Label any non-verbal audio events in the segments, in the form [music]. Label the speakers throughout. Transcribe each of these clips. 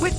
Speaker 1: With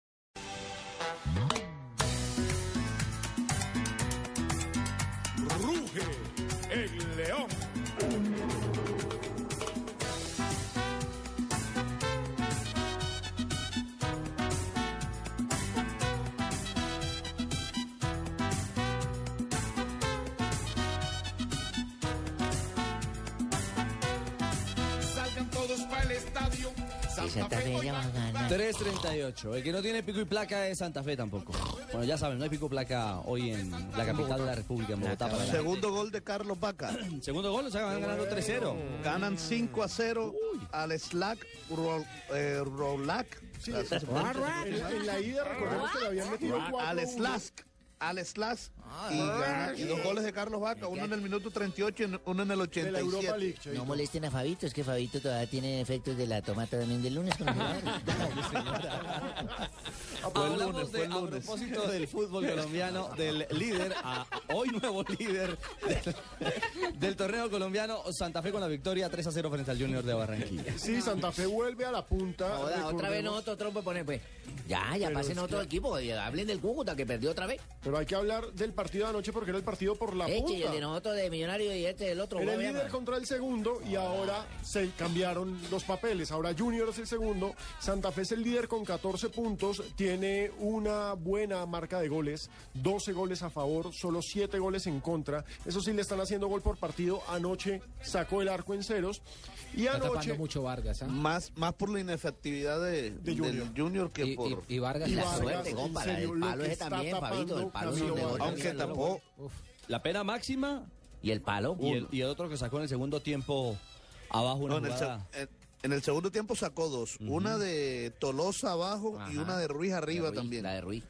Speaker 2: Ruge el león. Salgan todos para el estadio. Santa Fe hoy va a ganar.
Speaker 3: 338. El que no tiene pico y placa es Santa Fe tampoco. Bueno, ya saben, no hay pico y placa hoy en la capital de la República, en Bogotá. para la gente.
Speaker 4: Segundo gol de Carlos Vaca.
Speaker 3: Segundo gol, o sea, van ganando 3-0.
Speaker 4: Ganan 5 a 0 al Slack Ro- eh, Rolac. Así se pronuncia.
Speaker 5: En la ida recordemos que le habían metido cuatro.
Speaker 4: Al Slask. Al Slask. Y, gana- y dos goles de Carlos Vaca. Uno en el minuto 38 y en- uno en el
Speaker 5: de la Europa
Speaker 4: 87.
Speaker 5: League. Chavito.
Speaker 6: No molesten a Fabito, es que Fabito todavía tiene efectos de la tomata también del lunes. con el jugador.
Speaker 3: Hablamos de, a propósito del fútbol colombiano, del líder, a- hoy nuevo líder del, del torneo colombiano, Santa Fe con la victoria 3 0 frente al Junior de Barranquilla.
Speaker 5: Sí, Santa Fe vuelve a la punta.
Speaker 6: Joda, otra vez
Speaker 5: recordemos.
Speaker 6: nosotros trompo poner, pues. Ya, ya
Speaker 5: Pero
Speaker 6: pasen
Speaker 5: es
Speaker 6: a otro
Speaker 5: que-
Speaker 6: equipo. y Hablen del Cúcuta que perdió otra vez.
Speaker 5: Pero hay que hablar del partido de anoche porque era el partido por la
Speaker 6: Eche, y el Eh, de
Speaker 5: punta.
Speaker 6: nosotros de Millonario y este del otro.
Speaker 5: Era el
Speaker 6: huevón,
Speaker 5: líder
Speaker 6: llama.
Speaker 5: contra el segundo y ahora se cambiaron los papeles. Ahora Junior es el segundo, Santa Fe es el líder con 14 puntos, tiene una buena marca de goles, 12 goles a favor, solo 7 goles en contra. Eso sí, le están haciendo gol por partido. Anoche sacó el arco en ceros y anoche...
Speaker 7: Vargas,
Speaker 4: Más, más por la inefectividad de,
Speaker 5: De
Speaker 4: Junior.
Speaker 5: Junior.
Speaker 4: del Junior que por.
Speaker 7: Vargas.
Speaker 6: Y la
Speaker 5: Vargas,
Speaker 6: suerte,
Speaker 5: en
Speaker 6: compa. la-
Speaker 5: serio,
Speaker 6: El
Speaker 5: lo
Speaker 6: palo
Speaker 5: que
Speaker 6: ese
Speaker 5: está
Speaker 6: también, Fabito. El
Speaker 5: tapando
Speaker 6: palo
Speaker 5: Camilo
Speaker 6: donde
Speaker 5: Vargas.
Speaker 6: golpea
Speaker 4: aunque
Speaker 6: el balón.
Speaker 4: tapó.
Speaker 3: La pena máxima
Speaker 6: Y el palo.
Speaker 3: y el, y el otro que sacó en el segundo tiempo abajo una
Speaker 4: no, en, el, se-
Speaker 3: jugada.
Speaker 4: en- en el segundo tiempo sacó dos. Una de Tolosa abajo y
Speaker 6: Ajá.
Speaker 4: una de Ruiz arriba
Speaker 6: La de Ruiz,
Speaker 4: también.
Speaker 6: La de Ruiz.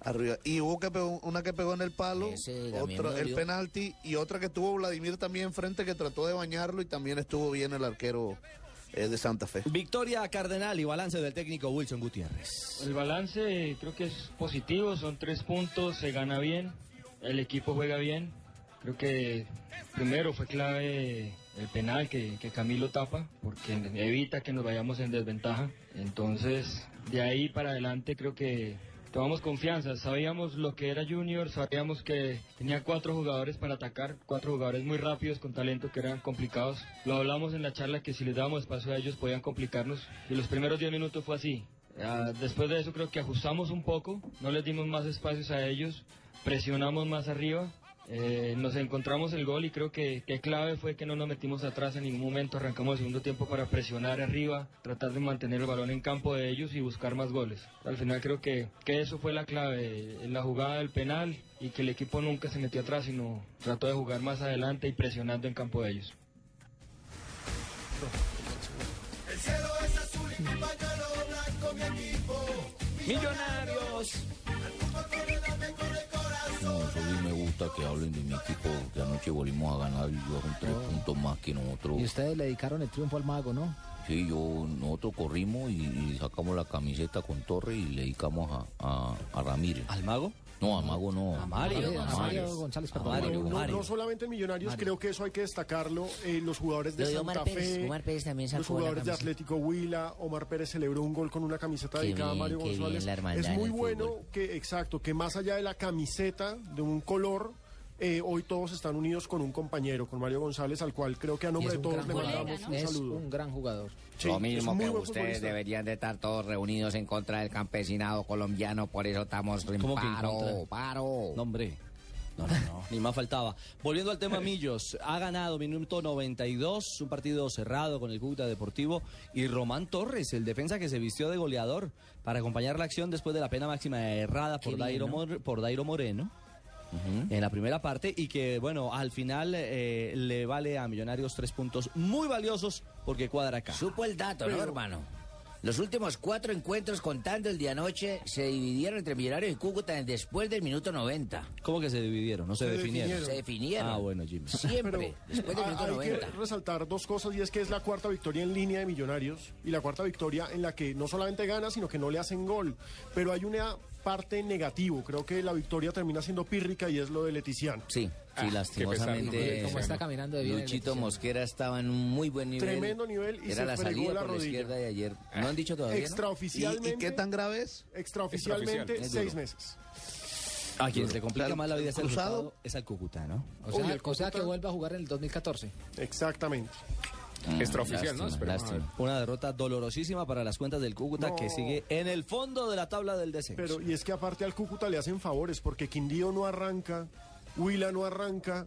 Speaker 4: Arriba. Y hubo que pegó- una que pegó en el palo,
Speaker 6: Ese también
Speaker 4: otra,
Speaker 6: me
Speaker 4: el
Speaker 6: dolió.
Speaker 4: penalti y otra que tuvo Vladimir también enfrente que trató de bañarlo y también estuvo bien el arquero eh, de Santa Fe.
Speaker 3: Victoria Cardenal y balance del técnico Wilson Gutiérrez.
Speaker 7: El balance creo que es positivo, son tres puntos, se gana bien, el equipo juega bien. Creo que primero fue clave el penal que, que Camilo tapa, porque evita que nos vayamos en desventaja. Entonces, de ahí para adelante creo que tomamos confianza, sabíamos lo que era Junior, sabíamos que tenía cuatro jugadores para atacar, cuatro jugadores muy rápidos con talento que eran complicados. Lo hablamos en la charla que si les dábamos espacio a ellos podían complicarnos y los primeros 10 minutos fue así. Ah, Después de eso creo que ajustamos un poco, no les dimos más espacios a ellos, presionamos más arriba, eh, nos encontramos el gol y creo que, que clave fue que no nos metimos atrás en ningún momento, arrancamos el segundo tiempo para presionar arriba, tratar de mantener el balón en campo de ellos y buscar más goles. Al final creo que, que eso fue la clave, eh, la jugada del penal y que el equipo nunca se metió atrás, sino trató de jugar más adelante y presionando en campo de ellos.
Speaker 3: Millonarios.
Speaker 8: No, eso sí me gusta que hablen de mi equipo, que anoche volvimos a ganar y yo con tres puntos más que nosotros.
Speaker 7: Oh. Y ustedes le dedicaron el triunfo al mago, ¿no?
Speaker 8: Sí, yo, nosotros corrimos y, y sacamos la camiseta con Torre y le dedicamos a, a, a Ramírez.
Speaker 3: ¿Al mago?
Speaker 8: No, a Mago no.
Speaker 3: A Mario, a Mario Ah,
Speaker 7: González,
Speaker 8: perdón.
Speaker 5: No,
Speaker 8: Mario,
Speaker 5: no,
Speaker 3: Mario.
Speaker 5: no solamente en Millonarios, creo que eso hay que destacarlo. eh, los jugadores de
Speaker 6: Lo de Omar
Speaker 5: Santa
Speaker 6: Pérez,
Speaker 5: Fe,
Speaker 6: Omar Pérez también
Speaker 5: los
Speaker 6: sacó la
Speaker 5: jugadores de
Speaker 6: camiseta.
Speaker 5: Atlético Huila, Omar Pérez celebró un gol con una camiseta
Speaker 6: Qué
Speaker 5: dedicada
Speaker 6: bien,
Speaker 5: a Mario
Speaker 6: qué bien
Speaker 5: González.
Speaker 6: la hermandad
Speaker 5: es
Speaker 6: en
Speaker 5: muy
Speaker 6: el
Speaker 5: bueno
Speaker 6: fútbol.
Speaker 5: que, exacto, que más allá de la camiseta de un color. eh, hoy todos están unidos con un compañero, con Mario González, al cual creo que a nombre de todos le mandamos un saludo.
Speaker 7: gran jugador.
Speaker 5: Sí,
Speaker 6: Lo
Speaker 5: es
Speaker 6: mismo
Speaker 5: muy
Speaker 6: que
Speaker 5: buen
Speaker 6: ustedes
Speaker 5: futbolista.
Speaker 6: deberían de estar todos reunidos en contra del campesinado colombiano, por eso estamos en
Speaker 3: ¿Cómo que en
Speaker 6: paro,
Speaker 3: contra?
Speaker 6: paro.
Speaker 3: No, hombre. No, no, no, ni más faltaba. Volviendo al tema Millos, ha ganado minuto 92, un partido cerrado con el Cúcuta Deportivo y Román Torres, el defensa que se vistió de goleador para acompañar la acción después de la pena máxima errada por,
Speaker 6: Qué bien,
Speaker 3: Dairo,
Speaker 6: ¿no?
Speaker 3: Mor- por Dairo Moreno en la primera parte y que, bueno, al final eh, le vale a Millonarios tres puntos muy valiosos porque cuadra acá.
Speaker 6: Supo el dato, ¿no, hermano?
Speaker 9: Los últimos cuatro encuentros contando el de anoche se dividieron entre Millonarios y Cúcuta en- después del minuto 90.
Speaker 3: ¿Cómo que se dividieron? ¿No se,
Speaker 9: Se
Speaker 3: definieron?
Speaker 9: definieron. Se definieron.
Speaker 3: Ah, bueno, Jimmy.
Speaker 9: Siempre, después del
Speaker 5: Ah,
Speaker 9: minuto
Speaker 5: Hay
Speaker 9: 90.
Speaker 5: que resaltar dos cosas y es que es la cuarta victoria en línea de Millonarios y la cuarta victoria en la que no solamente gana, sino que no le hacen gol. Pero hay una parte negativo, creo que la victoria termina siendo pírrica y es lo de Leticiano.
Speaker 9: Sí,
Speaker 3: Ah,
Speaker 10: Sí, lastimosamente. eh, Luchito Mosquera estaba en un muy buen nivel.
Speaker 5: Tremendo nivel y
Speaker 10: Era
Speaker 5: se
Speaker 10: la
Speaker 5: fregó
Speaker 10: salida
Speaker 5: la
Speaker 10: por la
Speaker 5: rodilla.
Speaker 10: izquierda de ayer. No han dicho todavía. ¿no?
Speaker 5: Extraoficialmente.
Speaker 4: ¿Y- y qué tan grave es?
Speaker 5: Extraoficialmente,
Speaker 10: Extraoficial. Es
Speaker 5: seis
Speaker 10: duro.
Speaker 5: meses.
Speaker 3: A quien se le
Speaker 4: Claro,
Speaker 3: complica más la vida es al
Speaker 4: cruzado.
Speaker 3: Cruzado es al Cúcuta, ¿no?
Speaker 7: O sea,
Speaker 5: Uy, el
Speaker 7: cosa que
Speaker 5: Cúcuta.
Speaker 7: vuelva a jugar en el 2014.
Speaker 5: Exactamente.
Speaker 10: Ah,
Speaker 3: Extraoficial, ¿no? Esperemos a ver. Una derrota dolorosísima para las cuentas del Cúcuta
Speaker 5: No.
Speaker 3: que sigue en el fondo de la tabla del descenso.
Speaker 5: Pero, y es que aparte al Cúcuta le hacen favores porque Quindío no arranca, Huila no arranca,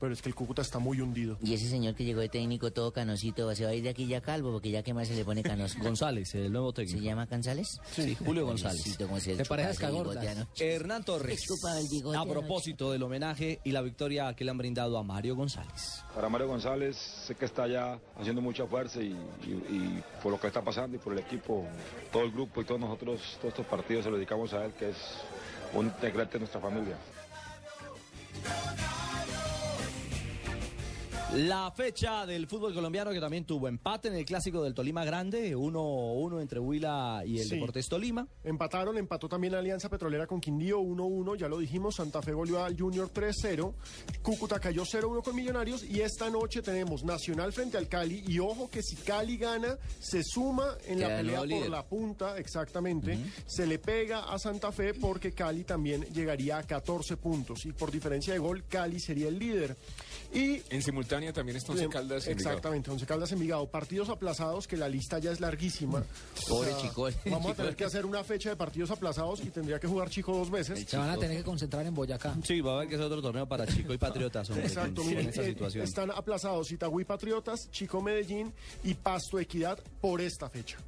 Speaker 5: pero es que el Cúcuta está muy hundido.
Speaker 11: Y ese señor que llegó de técnico todo canosito, se va a ir de aquí ya calvo, porque ya que más se le pone canoso.
Speaker 10: [laughs]
Speaker 3: González, el nuevo técnico.
Speaker 11: ¿Se llama González?
Speaker 3: Sí, Julio González.
Speaker 11: Juanicito, como se
Speaker 3: Te
Speaker 11: chupa
Speaker 3: parejas
Speaker 11: ese bigote
Speaker 3: cagordas.
Speaker 11: anoche.
Speaker 3: Hernán Torres. A propósito del homenaje y la victoria que le han brindado a Mario González.
Speaker 12: Para Mario González, sé que está ya haciendo mucha fuerza y, y- y por lo que está pasando y por el equipo, todo el grupo y todos nosotros, todos estos partidos se lo dedicamos a él, que es un integrante de nuestra familia.
Speaker 3: La fecha del fútbol colombiano que también tuvo empate en el clásico del Tolima Grande, 1-1 entre Huila y el
Speaker 5: Sí.
Speaker 3: Deportes Tolima.
Speaker 5: Empataron, empató también Alianza Petrolera con Quindío 1-1, ya lo dijimos, Santa Fe goleó al Junior 3-0, Cúcuta cayó 0-1 con Millonarios y esta noche tenemos Nacional frente al Cali y ojo que si Cali gana, se suma en la
Speaker 10: Queda el
Speaker 5: pelea
Speaker 10: nuevo
Speaker 5: por
Speaker 10: líder.
Speaker 5: la punta, exactamente, se le pega a Santa Fe porque Cali también llegaría a 14 puntos y por diferencia de gol Cali sería el líder. Y
Speaker 13: En simultánea también está Once Caldas en Envigado.
Speaker 5: Exactamente, Once Caldas Envigado. Partidos aplazados que la lista ya es larguísima.
Speaker 10: Pobre Chico, [laughs] el
Speaker 5: Vamos a
Speaker 10: Chico.
Speaker 5: tener que hacer una fecha de partidos aplazados y tendría que jugar Chico dos veces.
Speaker 7: Se van a tener que concentrar en Boyacá.
Speaker 3: Sí, va a haber que hacer otro torneo para [laughs] Chico y Patriotas. hombre,
Speaker 5: Exacto,
Speaker 3: en-
Speaker 5: miren,
Speaker 3: en esa
Speaker 5: eh,
Speaker 3: situación.
Speaker 5: están aplazados Itagüí Patriotas, Chico Medellín y Pasto Equidad por esta fecha.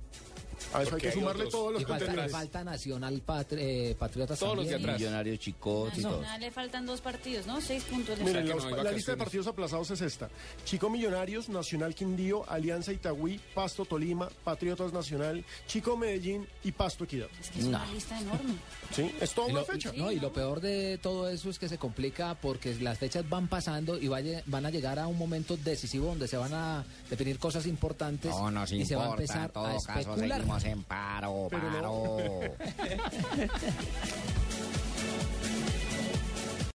Speaker 5: A eso hay que sumarle todos los
Speaker 7: Y falta,
Speaker 5: contenedores.
Speaker 7: falta Nacional Patri- eh, Patriotas también.
Speaker 10: Millonario Chicote y todo.
Speaker 14: Nacional le faltan dos partidos, ¿no? Seis puntos. le
Speaker 5: Miren,
Speaker 14: faltan.
Speaker 5: la, la lista de partidos aplazados es esta. Chico Millonarios, Nacional Quindío, Alianza Itagüí, Pasto Tolima, Patriotas Nacional, Chico Medellín y Pasto Equidad.
Speaker 14: Es una lista enorme.
Speaker 5: Sí, es toda
Speaker 7: Y
Speaker 5: una
Speaker 7: lo-
Speaker 5: fecha.
Speaker 7: No, y lo peor de todo eso es que se complica porque las fechas van pasando y vaya- van a llegar a un momento decisivo donde se van a definir cosas importantes
Speaker 9: No nos
Speaker 7: y se va a
Speaker 9: importa,
Speaker 7: empezar
Speaker 9: en todo
Speaker 7: a
Speaker 9: caso
Speaker 7: especular.
Speaker 9: seguimos en paro, paro.